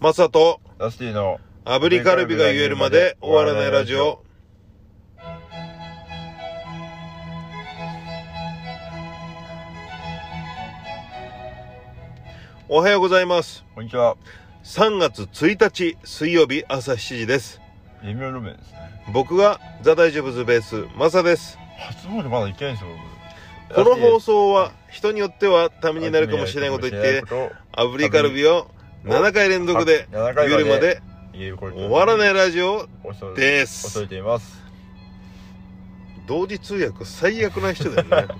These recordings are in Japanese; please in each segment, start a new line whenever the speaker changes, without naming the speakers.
マサと
ダスティの
炙りカルビが言えるまで終わらないラジオ。おはようございます。
こんにちは
3月1日水曜日朝7時です。
レミオロメンですね
僕がザ・大丈夫ズベース、マサです。
初詣まだ行ってないんですよ
この
僕
放
送
送は人によってはためになるかもしれないことを言って、炙りカルビを7回連続で
7回
夜まで終わらないいラジオ
恐れ
で
恐
す
れ。ています
同時通訳最悪な人だ よね。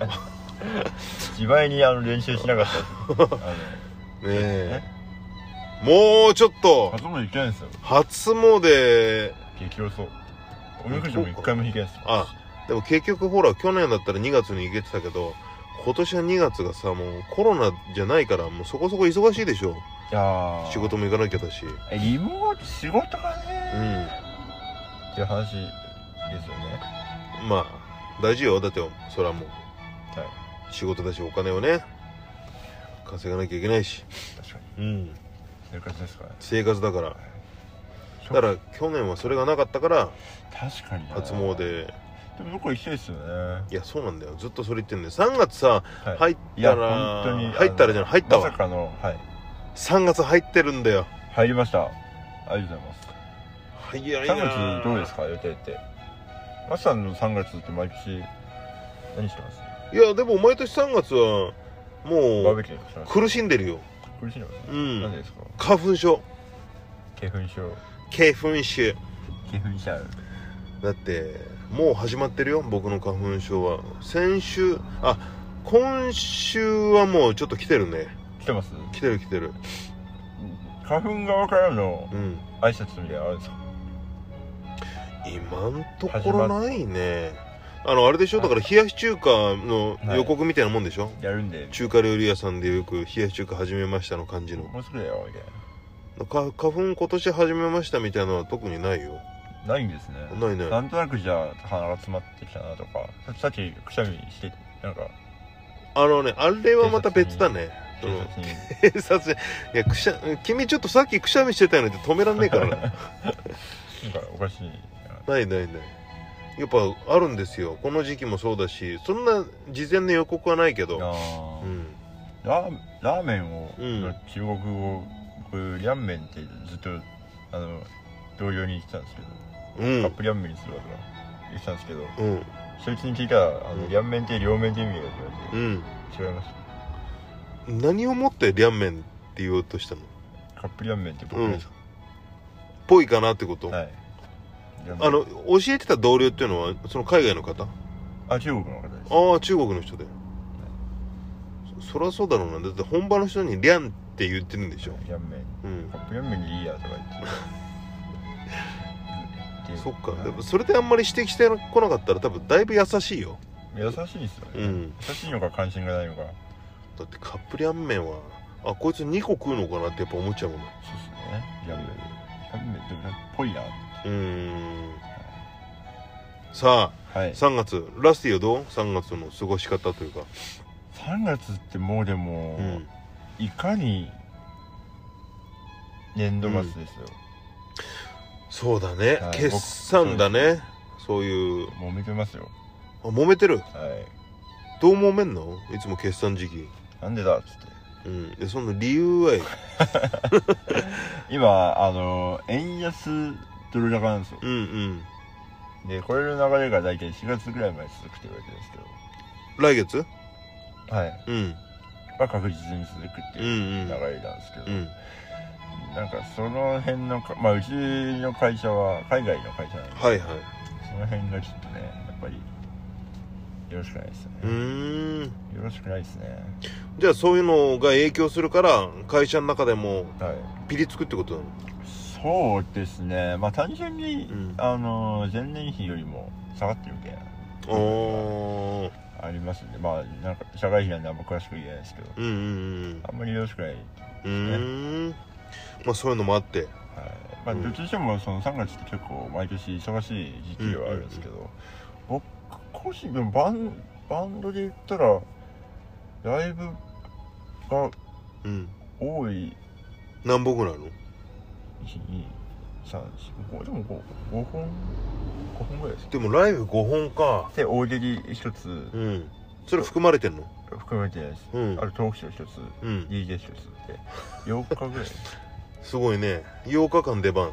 自前にあの練習しなかったです
ねえもうちょっ
あの
と
初詣行ってないんですよ
初詣
激弱そうおみくじも一回も引けないです
あでも結局ほら去年だったら2月に行けてたけど今年は2月がさもうコロナじゃないからもうそこそこ忙しいでしょ
いやー
仕事も行かなきゃだしうん
えリモート仕事がねっていう話ですよね
まあ大事よだってそれはもう
はい
仕事だしお金をね稼がなきゃいけないし
確かに
うん
生活ですからね
生活だからだから去年はそれがなかったから
確かにな
初詣
でもどこ行きたいですよね
いやそうなんだよずっとそれ言ってんだよ3月さ
はい
入っ
い
た
や
ら
本当に
入ったらじゃない入った
ま
わ
さかのはい
3月入ってるんだよ
入りましたありがとうございます
早いやいや
3月どうですか予定ってマスさんの3月って毎年何してます
いやでも毎年3月は
バ
も
ーベ
う
キューとかしてます
苦しんでるよ
苦しいのかな
うん
なんでですか
花粉症
花粉症
花粉症
花粉症
だってもう始まってるよ僕の花粉症は先週あ今週はもうちょっと来てるね
来てます
来てる来てる
花粉側からの
うん
挨拶みたいなのあるんですか
今んところないねあのあれでしょだから冷やし中華の予告みたいなもんでしょ、
やるんで
中華料理屋さんでよく冷やし中華始めましたの感じの
もうすぐだよみたい
か花粉今年始めましたみたいなのは特にないよ
なないんですね
ないね
なんとなくじゃあ鼻が詰まってきたなとかささっきくしゃみしてなんか
あのねあれはまた別だね
警察に
警察にいやくしゃ君ちょっとさっきくしゃみしてたよねって止めらんねえ からな
なんかおかしいな
ないないないやっぱあるんですよこの時期もそうだしそんな事前の予告はないけど
あ
う
ー
ん
ラーラーメンを、
うん
中国語僕リャンメンってずっとあの同僚に言ってたんですけど、
う
カッ
ん
プリャンメンにするわとか言ってたんですけど
うん
そいつに聞いたらあの、
うん
リャンメンって両面って意味がって
う
言わ
ん
れて違います
何をもってリャンメンって言おうとしたの
カップリャンメンって僕ですか、
ぽいかなってこと、
はいリャンメン
あの教えてた同僚っていうのはその海外の方
あ中国の方です
ああ中国の人でそそりゃそうだろうなだって本場の人に「リャン」って言ってるんでしょ、
リャンメン
うん
カップリャンメンにいいやとか言って 言て
そっか
はい
でもそれであんまり指摘してこなかったら多分だいぶ優しいよ
優しいですよね、
うん
優しいのか関心がないのか
だってカップリャン麺はあこいつ2個食うのかなってやっぱ思っちゃうもんね
そうですねリャンメンリャンメンでもなんかっぽいな
うーんさあ
はい
3月ラスティはどう ?3 月の過ごし方というか
3月ってもうでも、
うん
いかに年度末ですよ、
そうだね
はい
決算だねそういう
揉めてますよ
あ揉めてる
はい
どう揉めんのいつも決算時期
なんでだっつって
うんいやその理由は
今あの円安ドル高なんですよ
うんうん
でこれの流れが大体4月ぐらいまで続くって言われてるんですけ
来月
どはい
うん
まあ確実に続くって
うん
いう
う
流れ
ん
なんですけど、
うん
なんかその辺のかまあうちの会社は海外の会社なんで
はいはい
その辺がちょっとねやっぱりよろしくないですよね、
うーん
よろしくないですね
じゃあそういうのが影響するから会社の中でも
はい
ピリつくってことなの
そうですねまあ単純に、
うん
あの前年比よりも下がってるみたい
おー
なありますんでまあなんか社会費なんであんま詳しく言えないですけど
うんうん
あんまりよろしくない、はい
うんうんまあそういうのもあって
まあ、
うん
どっちにしてもその3月って結構毎年忙しい時期ではあるんですけど、僕個人でもバンバンドで言ったらライブが
うん
多い
南北なの
12345でも 5, 5本5本ぐらいです
でもライブ5本か
で大喜利1つ
うんそれ含まれてんの
含めてです、
うん
あとトークショー1つ
うん、
DJ 1つで8日ぐらいです、
すごいね8日間出番
は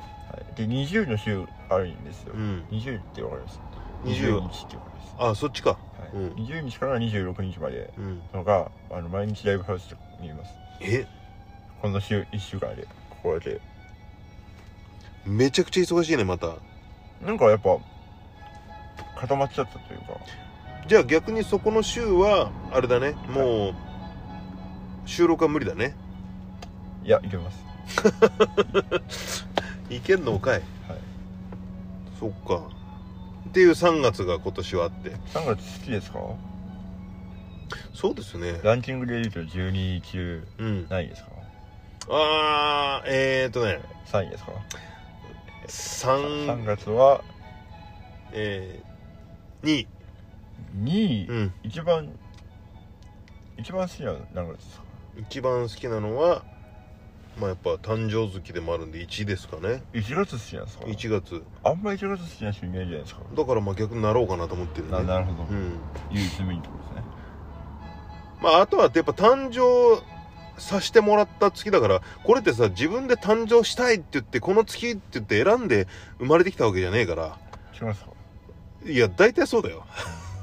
い、で20の週あるんですよ、
うん
20ってわかります
20
20日ってわかります、
あそっちか
はい
うん
20日から26日まで
うん
のがあの毎日ライブハウスにいます
え
この週1週間でここだけ
めちゃくちゃ忙しいねまた
なんかやっぱ固まっちゃったというか
じゃあ逆にそこの週はあれだねもう収録は無理だね
いやいけます
いけんのかい
はい
そっかっていう3月が今年はあって
3月好きですか
そうですね
ランキングで言うと12位中
うん
何位ですか
あーえー、とね
3位ですか3
3
月は
えー、2
2位、
うん
一番一番好きなのは何月ですか
一番好きなのはまあやっぱ誕生月でもあるんで1ですかね
1月好きなんですか
1月
あんま1月好きな人いないじゃないですか
だからまあ逆になろうかなと思ってる
な
ね
なるほど、
うん
唯一無二ってことですね
まああとはやっぱ誕生させてもらった月だからこれってさ自分で誕生したいって言ってこの月って言って選んで生まれてきたわけじゃねえから
違いますか
いや大体そうだよ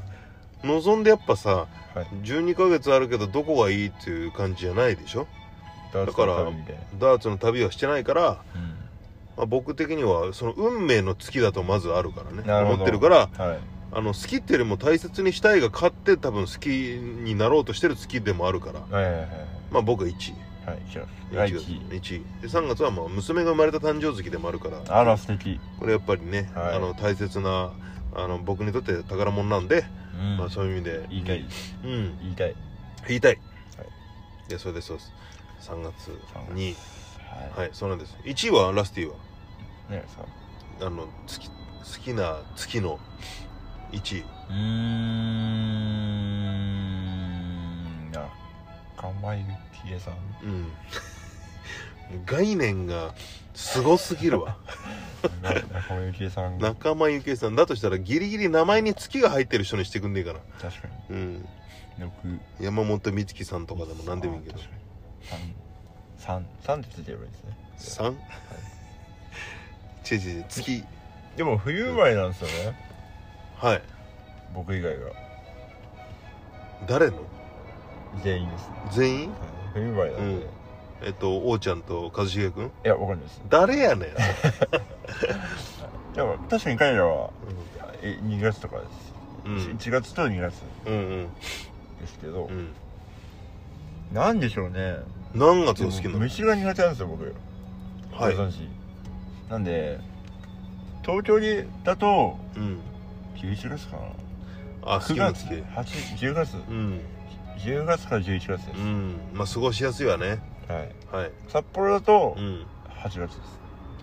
望んでやっぱさ
はい
12ヶ月あるけどどこがいいっていう感じじゃないでしょ
だ
から
みたいな、
ダーツの旅はしてないから、まあ、僕的にはその運命の月だとまずあるからね
なるほど
思ってるから
はい
あの好きっていうよりも大切にしたいが勝って多分好きになろうとしてる月でもあるから
はいはいはい
まあ僕は1位
はい違う第一
1位で3月はまあ娘が生まれた誕生月でもあるから
あら素敵
これやっぱりね、
はい
あの大切なあの僕にとって宝物なんで、
うん
まあ、そういう意味で
言いたいです
うん
言いたい
言いたい、
はい
い、やそうですそうです3月
三
に
は
はいそうなんです1位はラスティはい
ねさ
あの月好きな月の1位
うーん仲間由紀恵さ ん
うん概念がすごすぎる わ
な仲間由紀恵さんが
仲間由紀恵さんだとしたらギリギリ名前に月が入ってる人にしてくんねえかな
確かに
うん
よく
山本美月さんとかでも何でもいいけど
あー確かに三三三ってついてればいいですね
3? 違う違う違う月
でも冬生まれなんですよね
はい
僕以外が
誰の
全員ですね
全員
はい冬生まれなんで
うんえっと王ちゃんと一茂君
いやわかんないです
誰や ねん、
でも確かに彼らは
う
え2月とかです
うん
1月と2月
ん、うん
ですけど
うんうん
なんでしょうね
何月が好きなの
虫が苦手なんですよ僕
はい
ご存知なんで東京でだと
うん
11月かな
あ好
9
きな
月
月
8 10月
うん
10月から11月です、
うんまあ過ごしやすいわね
はい
はい
札幌だと
うん
8月です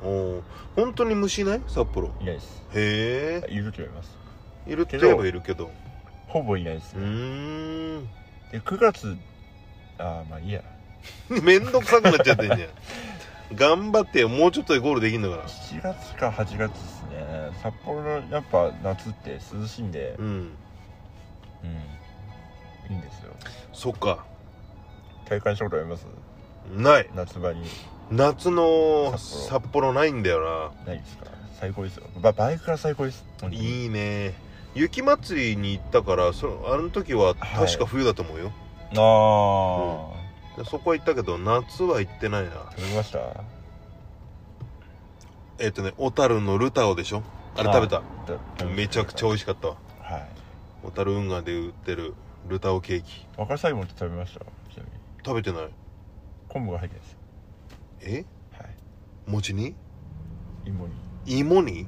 おおー本当に虫いない札幌
いないです
へえ
いると思います
いるって言えばいるけど
ほぼいないです
うーん
で9月ああまあいいや
めんどくさくなっちゃってんじゃん頑張ってよもうちょっとでゴールできんだから
7月か8月ですね札幌のやっぱ夏って涼しいんで
うん
うんいいんですよ
そっか
体感したことあります
ない
夏場に
夏の
札幌
札幌ないんだよ
ないですか最高ですよババイクが最高です
な、
本当に
いいね雪祭りに行ったからそのあの時は
はい
確か冬だと思うよ、
ああ、
でそこは行ったけど夏は行ってないな
食べました
えっ、とね小樽のルタオでしょあれ食べた
だ
めちゃくちゃ美味しかったわ
はい
小樽運河で売ってるルタオケーキ
若さいもって食べましたちなみに
食べてない
昆布が入ってます
え
は
餅に
い芋に
芋に
はい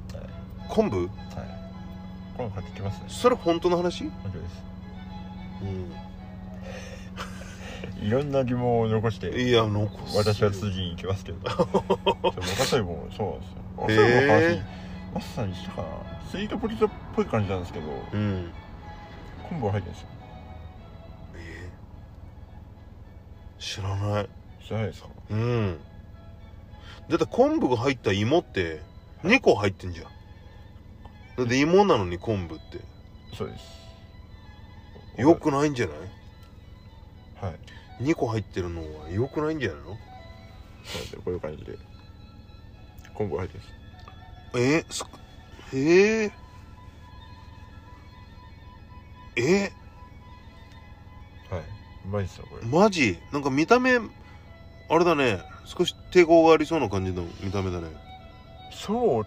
昆布
はい昆布買ってきますね
それ本当の話う
本当です
ん
いろんな疑問を残して
いや残す
私は次に行きますけどそう若さいもそうなんですよ若さいもの
へ
話マスさんにしたかなスイートポテトっぽい感じなんですけど
うん
昆布が入ってるんですよ
えー知らない
知らないですか
うんだって昆布が入った芋って2個入ってんじゃんだって芋なのに昆布って
そうです
よくないんじゃな
はい
い2個入ってるのはよくないんじゃないの
そうですよこういう感じで昆布入ってます
えー、すえー、え
はいうまいですよこれ
ー、マジなんか見た目あれだね少し抵抗がありそうな感じの見た目だね
そう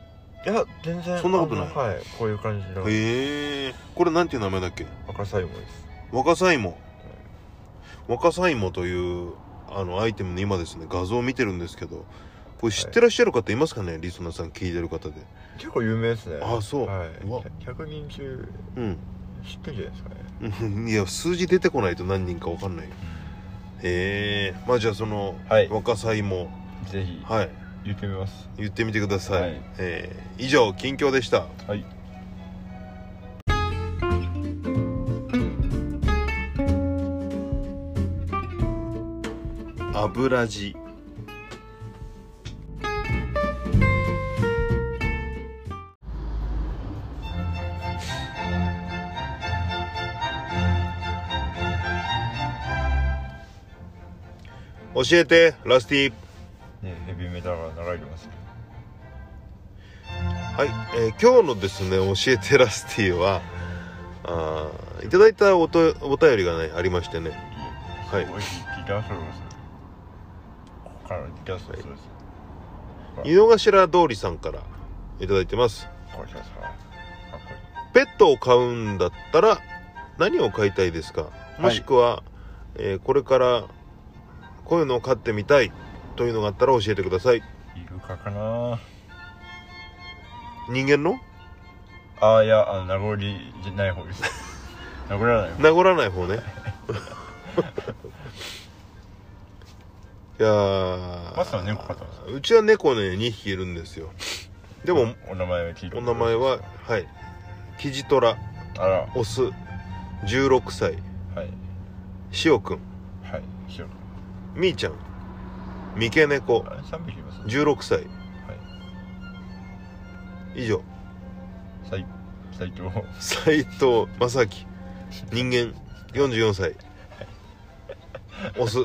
いや全然
そんなことない
あのはいこういう感じの
へえー、これなんていう名前だっけ
赤サイモンです
若さ芋若さ芋というあのアイテムの今ですね画像を見てるんですけどこれ知ってらっしゃる方いますかね、リスナーさん聞いてる方で
結構有名ですね
あそう
は
うわ
い100人中
うん
知ってるんじゃないですかね
うん いや数字出てこないと何人か分かんないよへえまあじゃあその、
はい
若さ芋
ぜひ
はい
言ってみます
言ってみてください、
はい
えー以上近況でした
はい
油地教えてラスティ
ねヘビーメタルが流れてますね
はい、えー今日のですね教えてラスティはあーいただいたおとお便りがねありましてねはい
すごいギターソロですねここからのギターソロですね
井の頭通りさんからいただいてます
これさかっこいい
ペットを飼うんだったら何を飼いたいですか
い
もしくは、えーこれからこういうのを飼ってみたいというのがあったら教えてください
イルカかな
人間の
ああいやあの名残じゃない方です 名残はない方
名残らない方 ねいやー
マスターは猫飼ってます
うちは猫ね2匹いるんですよでも
お名前は聞いて
お名前ははいキジトラ
あら
オス16歳
はい
シオくん
はいひろくん
みーちゃん三毛猫
あれ3匹いますね
16歳以上
はい最強
斉藤正樹人間44歳オス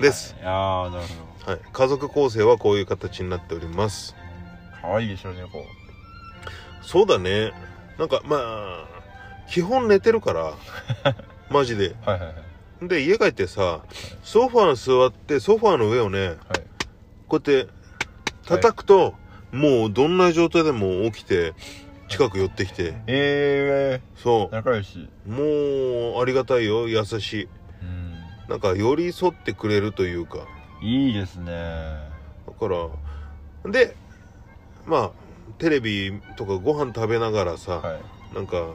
です、
いやーなるほ
はい、家族構成はこういう形になっております
ど可愛いでしょ猫
そうだねなんかまあ基本寝てるからマジで
はいはいはい
で家帰ってさソファーに座ってソファーの上をね
はい
こうやって叩くと、もうどんな状態でも起きて近く寄ってきて
え
そ
ー、仲良し
うもうありがたいよ優しい
うん
なんか寄り添ってくれるというか
いいですね
だからでまあテレビとかご飯食べながらさ、
はい
なんか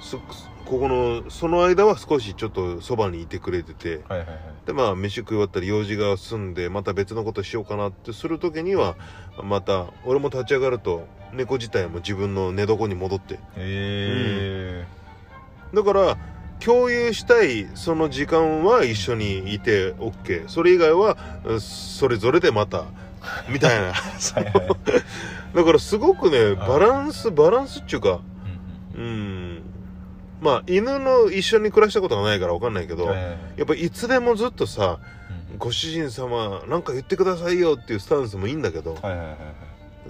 すここのその間は少しちょっとそばにいてくれてて
はいはいはい
でまあ飯食い終わったり用事が済んでまた別のことしようかなってする時にはまた俺も立ち上がると猫自体も自分の寝床に戻って
え
だから共有したいその時間は一緒にいて OK それ以外はうんそれぞれでまたみた いな
ー、はいはい、
だからすごくね
あ
バランスバランスっちゅうか
うん
うんまあ犬の一緒に暮らしたことがないから分かんないけ
うん
ど、
はいはいはい
やっぱいつでもずっとさ
うん
ご主人様なんか言ってくださいよっていうスタンスもいいんだけど
はいはいはいはい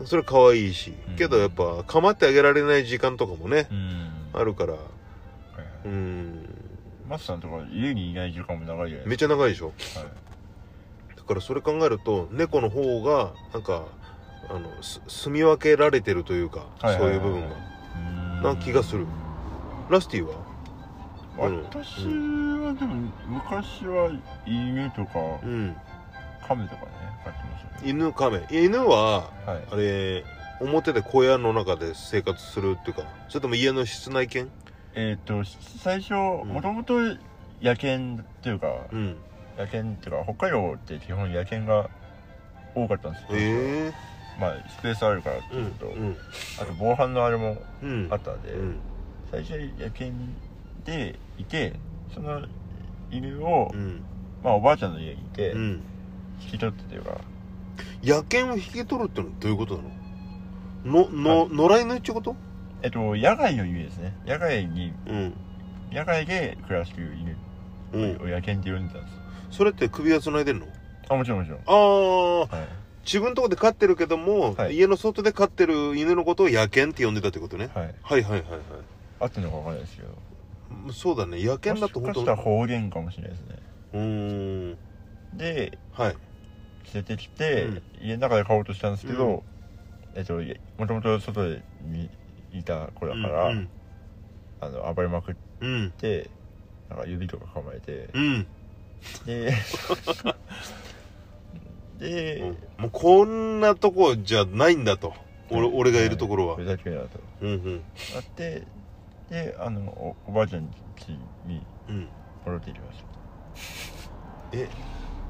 それ可愛いし
うん
けどやっぱ構ってあげられない時間とかもね
うん
あるから
はいはい
うん
マスさんとか家にいない時間も長いじゃない
めっ
で
ちゃ長いでしょ
すか、はい、
だからそれ考えると猫の方がなんかあのす住み分けられてるというか、
はいはいはいはい
そういう部分
う
が
ー
なん気がするラスティはうん
私はでも昔は犬とか
うん
亀とかね飼ってましたね
犬亀犬は
はい
あれ表で小屋の中で生活するっていうかそれとも家の室内犬
えっ、と最初
ん
もともと野犬っていうか、
うん
野犬っていうか北海道って基本野犬が多かったんですけど、
え
まあスペースあるからって
えう
いうんのと、
うん
あと防犯のあれも
うん
あったんで、
うん
最初に野犬でいてその犬を、
うん
まあ、おばあちゃんの家にいて、
うん
引き取ってというか
野犬を引き取るってのはどういうことなののの、野良犬ってこと
えっと野外を言うですね野外に
うん
野外で暮らしている犬
うん
を野犬って呼んでたんですよ
それって首は繋いでるの
あもちろんもちろん
ああ
はい
自分のとこで飼ってるけども、
はい
家の外で飼ってる犬のことを野犬って呼んでたってことね
はい
はいはいはいはい
合ってるのかわかんないですけど
そうだね野犬だと
も
本
しか
当
したら方言かもしれないですね
うーん
で
はい
連れてきて、
うん
家の中で飼おうとしたんですけど、
う
えっともともと外にいた子だから、
うん
あの暴れまくっ
うん
てなんか指とか構えて、
うん、
でで、
うんもうこんなとこじゃないんだと俺
はい
俺がいるところは、
これだけだと
うんうん
なってであのおおばあちゃん家に
うん
戻っていきました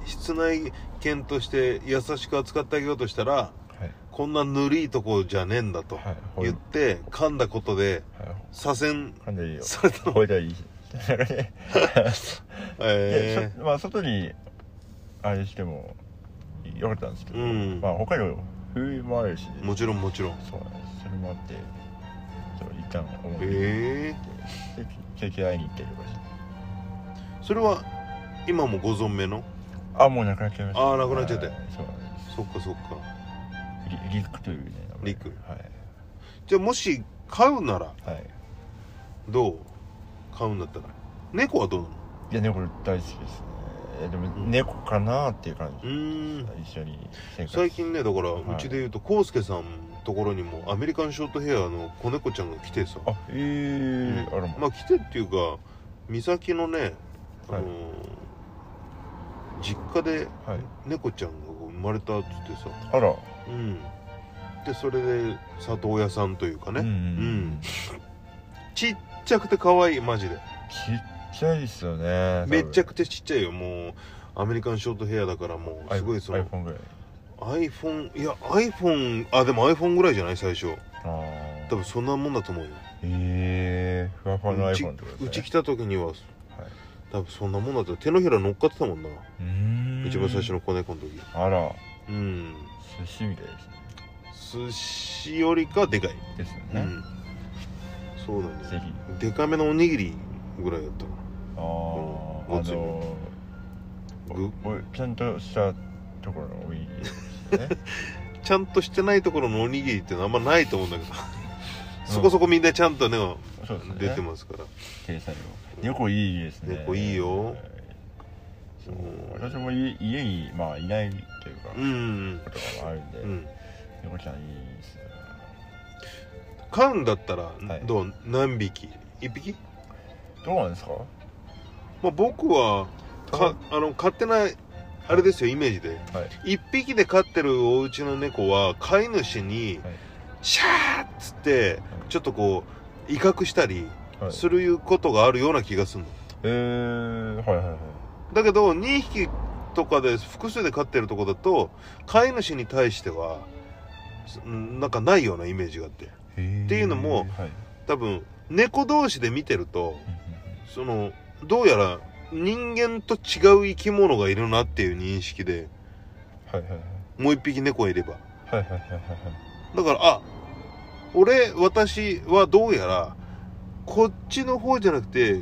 室内犬として優しく扱ってあげようとしたら
はい
こんなぬるいとこじゃねえんだと
はいほい
言って噛んだことで
はい
左遷
ほかんでいいよ
されたの
吠えたらいいし で
え
そまあ外にあれしてもよかったんですけど、
うん
まあ北海道冬もあるし
えもちろんもちろん
そうなんですそれもあってちょっと一旦思って、
ええ
でケーキ会いに行ったりとかして
それは今もご存命の
あもうなくなっちゃいました
あーなくなっちゃって
はいそうなんです
そっかそっか
リリクというね名前
リク
はい
じゃあもし飼うなら
はい
どう飼うんだったら猫はどうなの
いや猫大好きですねえでも
ん
猫かなっていう感
う
じ、
ーん
一緒に生活
最近ねだからう
はい
ちでいうと康介さんところにもアメリカンショートヘアの子猫ちゃんが来てさ
あえーあらま
まあ来てっていうか美咲のね、あの
は
ー
い
実家で
はい
猫ちゃんが生まれたっつってさ
あら
うんでそれで里親さんというかね、
うんうん
う
うん
んちっちゃくて可愛いマジで
ちっちゃいですよね
めちゃ
く
くちゃちっちゃいよもうアメリカンショートヘアだからもうすごいその
iPhone ぐらい
iPhone いや iPhone あでも iPhone ぐらいじゃない最初
あ
多
あ
分そんなもんだと思うよ
ええふわふわの
うち
iPhone ってことですね
うち来た時には
はい
多分そんなもんだった手のひら乗っかってたもんな
うーん
一番最初の子猫の時
あら
うん
寿司みたいですね
寿司よりかでかい、
ですよ
う
ね、
ん、そうなんだ
ぜ
よ
ひ
でかめのおにぎりぐらいだった
あああの
ごついぐ
おおちゃんとしたところのおいですね
ちゃんとしてないところのおにぎりってのはあんまないと思うんだけどそこそこみんなちゃんとね
そうですね
出てますから
掲載を猫いいですね
猫いいよ
はいそう
うん
私も家家にまあいないというか
うんうん
ことがあるんで、
うん
猫ちゃんいいですね
飼うんだったら、
い
どう何匹1匹、
どうなんですかは
まあ、僕はかあの飼ってないあれですよイメージで1匹で飼ってるお家の猫は飼い主に
はい
「シャー!」っつって
い
ちょっとこう威嚇したり
い、はい、
することがあるような気がするの
えー、はいはいはい
だけど2匹とかで複数で飼ってるとこだと飼い主に対してはうんなんかないようなイメージがあって
へー
っていうのも
はい
多分猫同士で見てると
うんうん
そのどうやら人間と違う生き物がいるなっていう認識で
うんはいはい
もう一匹猫がいれば
はいはいはいはいはい
だからあ俺私はどうやらこっちの方じゃなくて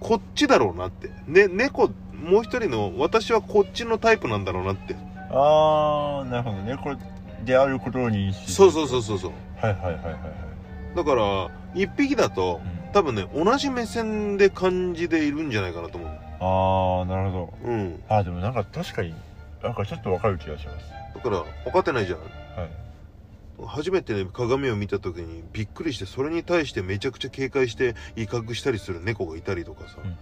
こっちだろうなって、ね、猫もう一人の私はこっちのタイプなんだろうなって
ああなるほどねこれであることを認識
そうそうそううそうそう
はいはいはいはいはい
だから1匹だと
うん
多分ね同じ目線で感じでいるんじゃないかなと思う
ああなるほど
うん
あーでもなんか確かになんかちょっとわかる気がします
だから分かってないじゃん
はい
初めてね鏡を見た時にびっくりしてそれに対してめちゃくちゃ警戒して威嚇したりする猫がいたりとかさ
うんうん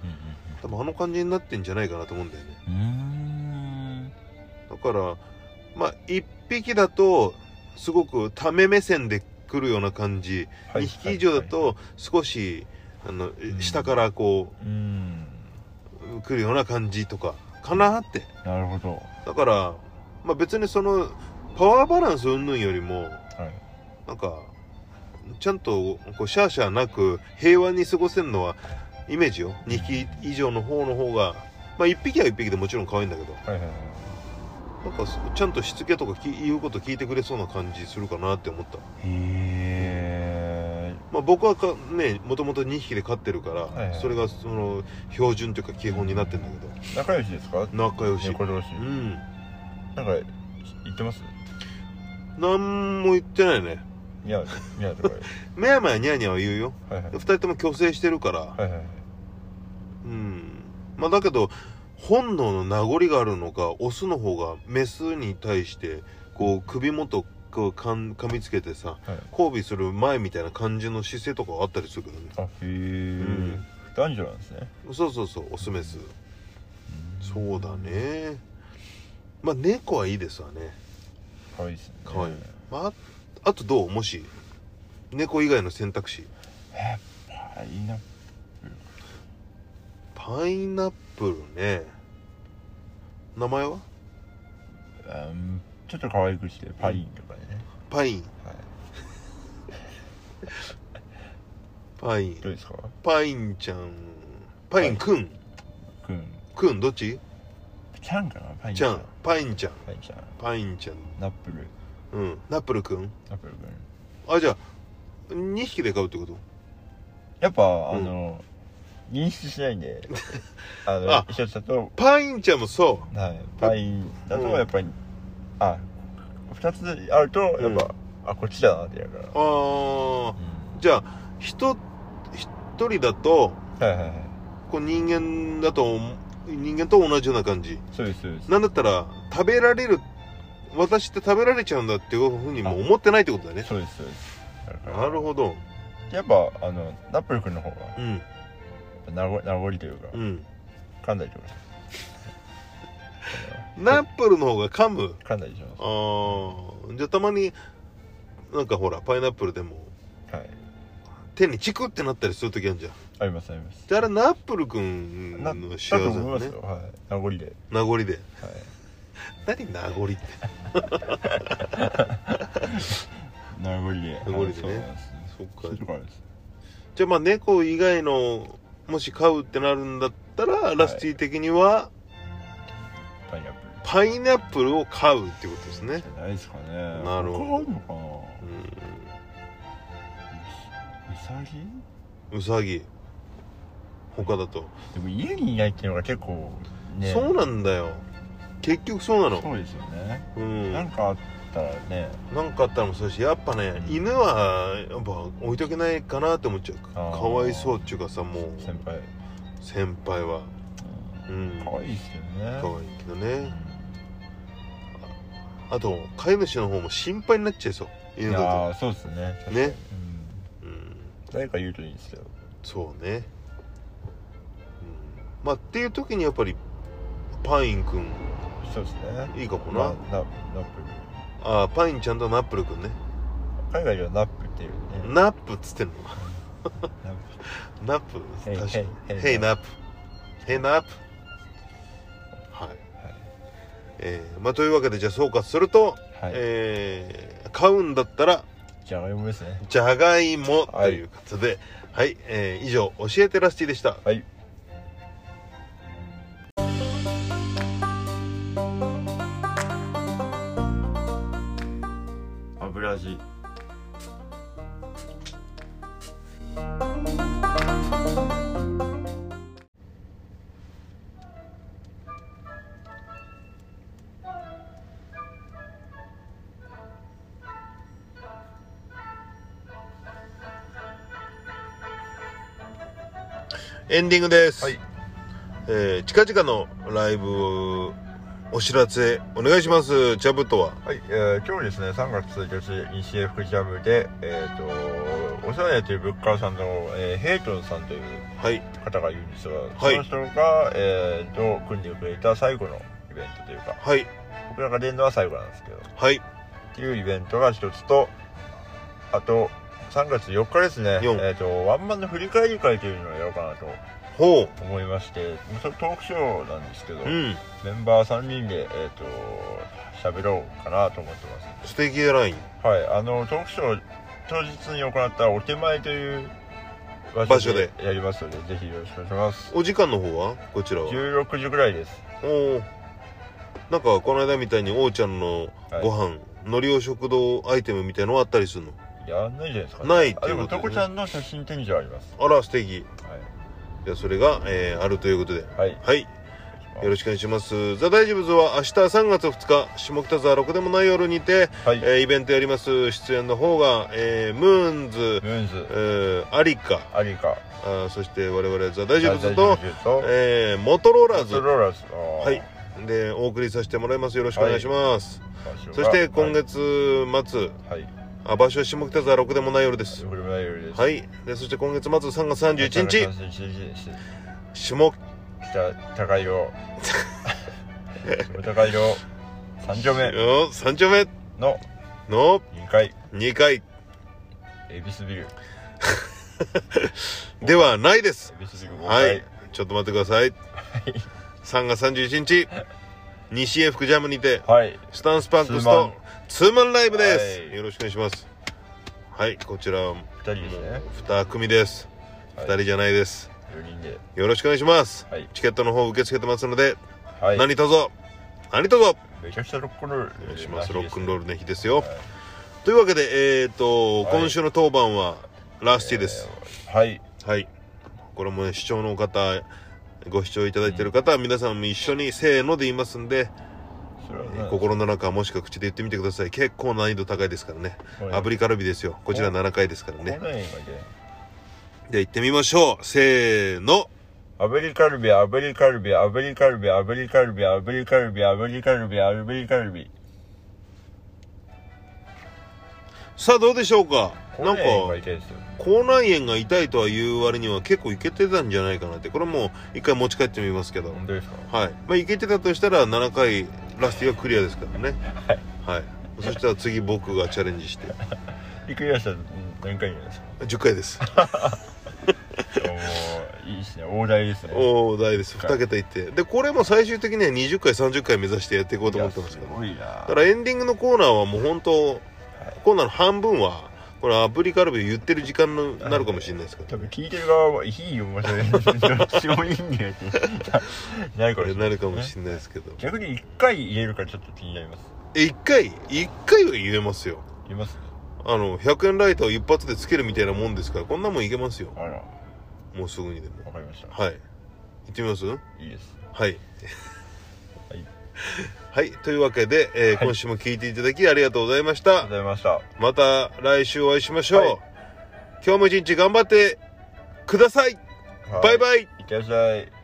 多分あの感じになってんじゃないかなと思うんだよね
うんうんうーん
だからまあ1匹だとすごくため目線で来るような感じ、
はい
2匹以上だ
はいはい
と少しあの
ん
下からこ
うーん
う来るような感じとかかなって
なるほどは
だから、まあ、別にそのパワーバランス云々よりも
い
なんかちゃんとこうシャーシャーなく平和に過ごせるのはイメージよ2匹以上の方の方がまあ1匹は1匹でもちろん可愛いんだけど
はいはいはい
なんかちゃんとしつけとかき言うこと聞いてくれそうな感じするかなって思った、
へえ
まあ、僕はかねもともと2匹で飼ってるから、
はいはい
それがその標準というか基本になってんだけど
仲良しですか
仲良し、
猫同士
うん
なんか言ってます
何も言ってないね
ニャーニャーと か
めやめやにゃにゃは言うよ
はいはい
2人とも虚勢してるから、
はいはい
うんまあだけど本能の名残があるのかオスの方がメスに対してこう首元こうかん噛みつけてさ
はい
交尾する前みたいな感じの姿勢とかはあったりするけどね
あへえ
ん
男女なんですね
そうそうそうオスメスそうだねまあ猫はいいですわね
可愛いですね
可愛いまああとどうもし猫以外の選択肢
えパイナッ
パイナップルね名前は
プルうんちょっと可愛くしてパインとかでね
パイン
はい
パイン
どうですか
パインちゃんパインくん、
くん
くんどっち
ちゃんかなパイン
ちゃんパインちゃん
パインちゃん
パインちゃん
ナップル
うんナップルくん
ナップルくん
あじゃあ2匹で飼うってこと
やっぱ
うん
あの認識しない んであ
あ
の一緒だと
パインちゃんもそ
はいパインだとやっぱりあ二つあるとやっぱあこっちだなってやるから
うあ
う
ーじゃあ人一人だと
んはいはいはい
こう人間だと人間と同じような感じ
そうですそうです
なんだったら食べられる私って食べられちゃうんだっていうふうにも思ってないってことだね
そうですそうですだから
なるほど
やっぱあのナップル君の方が
うん
名残名残というか
うん
噛んだりとか
ナップルの方が噛む
噛んだりしま
あ
す
あじゃあたまになんかほらパイナップルでも
はい
手にチクってなったりする時あるじゃん
ありますあります
であれナップルくん
な
の仕
だ
業
と
だ
思い
よ
ます
ね
よはい名残で
名残で
はい
何名残って残でね
名残で名そうなんですね
そっ
そう
か
いうとこあるんです
じゃあまあ猫以外のもし飼うってなるんだったら、
い
ラスティ的には
パイナップル
パイナップルを飼うってことですね
じゃないですかね
なるほど
他あるの
う
かなうさぎ
んうさぎ他だと、
でも家にいないっていうのが結構ね
そうなんだよ結局そうなの
そうですよね、
うん
なんかあったらね
なんかあったらもそうだしやっぱね犬はやっぱ置いとけないかなって思っちゃうか
あー
わいそうっていうかさもう
先輩、
先輩はう
うんん、可愛いですけどね
かわいいけどねあと飼い主の方も心配になっちゃいそう
うん
犬
いや
だ
ーそうですね確か
と
に
ね
うん
うん
誰か言うといいんですけど
そうね、うん、まあっていう時にやっぱりパインくん
そうですね
いいかもな、
まあナナップ
あーパインちゃんとナップルくんね
ル海外ではナップっていうね
ナップっつってんの
ナッ
ナップ
ヘイ
確かに
ヘイ
ヘイナ
ナ
ップヘイナップはい、えーまあというわけでじゃあ総括すると、
プはい、
えー買うんだったら
じゃがいもですね
じゃがいもということではい、えー以上教えてラスティでした
はい油味
エンディングです、
はい
えー近々のライブお知らせお願いしますチャブとは
はい、えー今日ですね、3月1日、西江福ジャムで、えっ、と、お世話になっているブッカーさんの、えーヘイトンさんという
はい
方がいるんですが、
はい
その人が、えーと、組んでくれた最後のイベントというか、
はい
僕らが出るのは最後なんですけど、っ
はい
ていうイベントが一つと、あと、3月4日ですね、
四
えっ、と、ワンマンの振り返り会というのをやろうかなと
ほ
思いまして、それトークショーなんですけど、
うう
メ
ん
ンバー3人で、えっ、と、喋ろうかなと思ってます。
素敵エライン
はい、あのトークショー当日に行ったお手前という場
場所で
やりますのでぜひよろしくお願いします
お時間の方はこちらは
16時ぐらいです
おおなんかこの間みたいにおうちゃんの
はい
ご飯、のりお食堂アイテムみたいのあったりするの
やんないじゃないですか、
ないって
あ
い
で
うこ
も
と
と
で
こちゃんの写真展示はあります
あら素敵
はい
じゃあそれが、えーあるということで
はい
はいよろしくお願いします。ザ・大丈夫ズは明日3月2日、下北沢6でもない夜にて、
はい
えーイベントやります。出演の方が、えームーンズ、
ムーンズ
えーアリカ、
アリカ
あーそして我々ザ・大
大
丈夫ズと、
と
えーモトローラー
スト
ズ
ローラーズ
はいでお送りさせてもらいます。よろしくお願いします。そ
そ
して今月末、
はいはい
あ場所は下北沢6でもない夜です。
これも大丈夫です
はい。で、そして今月末3月31日、
31日
下、
北高井を下高井を3丁目
3丁目
の
の
2階
2階
恵比寿ビル
ではないです。
恵比寿ビル5
は
階、
い。ちょっと待ってください。3月31日、西英福ジャムにて、
はい、
スタンスパンクスとツーマンライブです、
はい
よろしくお願いします。はい、こちらも
2人ですね
2組です。
はい
2人じゃないです。
4人で
よろしくお願いします。
はい
チケットの方受け付けてますので、
はい
何卒、何卒、
めちゃくちゃロックンロール
お願いします。ロックン
ー
ロールの日ですよ。
はい
というわけで、えっ、と、
はい
今週の当番はラスティです。
ルはい
はい。これもね、視聴の方、ご視聴いただいている方は皆さんも一緒にせーので言いますんで、
それは
え
ね
ー心の中もしくは口で言ってみてください結構難易度高いですからね
はい
炙りカルビですよこちら
お
7回ですからね
この映
じゃあ行ってみましょうせーの
画で炙りカルビ炙りカルビ炙りカルビ炙りカルビ炙りカルビ炙りカルビ炙りカルビ
さあどうでしょうか
こ
なんか
の映画痛いですよ
口内炎が痛いとは言う割には結構いけてたんじゃないかなってこれもう一回持ち帰ってみますけど
本当ですか
はいまあいけてたとしたら7回ラスティがクリアですからねはいそしたら次僕がチャレンジして
びっくりしたら何回言うんですか
10回です
もういいですね大台ですね
おお大です2桁いってでこれも最終的には20回30回目指してやっていこうと思ってますけど
いやすごいな
だからエンディングのコーナーはもう本当
はい
コーナーの半分はこれアプリカルビを言ってる時間になるかもしれないですけ
多
ど、
分聞いてる側はいいよ面白いどっちもいいんだよってなるかもしれな
ないるかもしれないですけど
逆に一回言えるからちょっと気になります
え一回一回は言えますよ
言えます
あの100円ライターを一発でつけるみたいなもんですからこんなもんいけますよ
あら
もうすぐにでも
わかりました
はい行ってみます
いいです
はい
はい
はいというわけで、えー
はい
今週も聞いていただきありがとうございまし
あ
た
りがとうございました
また来週お会いしましょう、
はい
今日も一日頑張ってください、バイ
イ
バイ
いってらっしゃい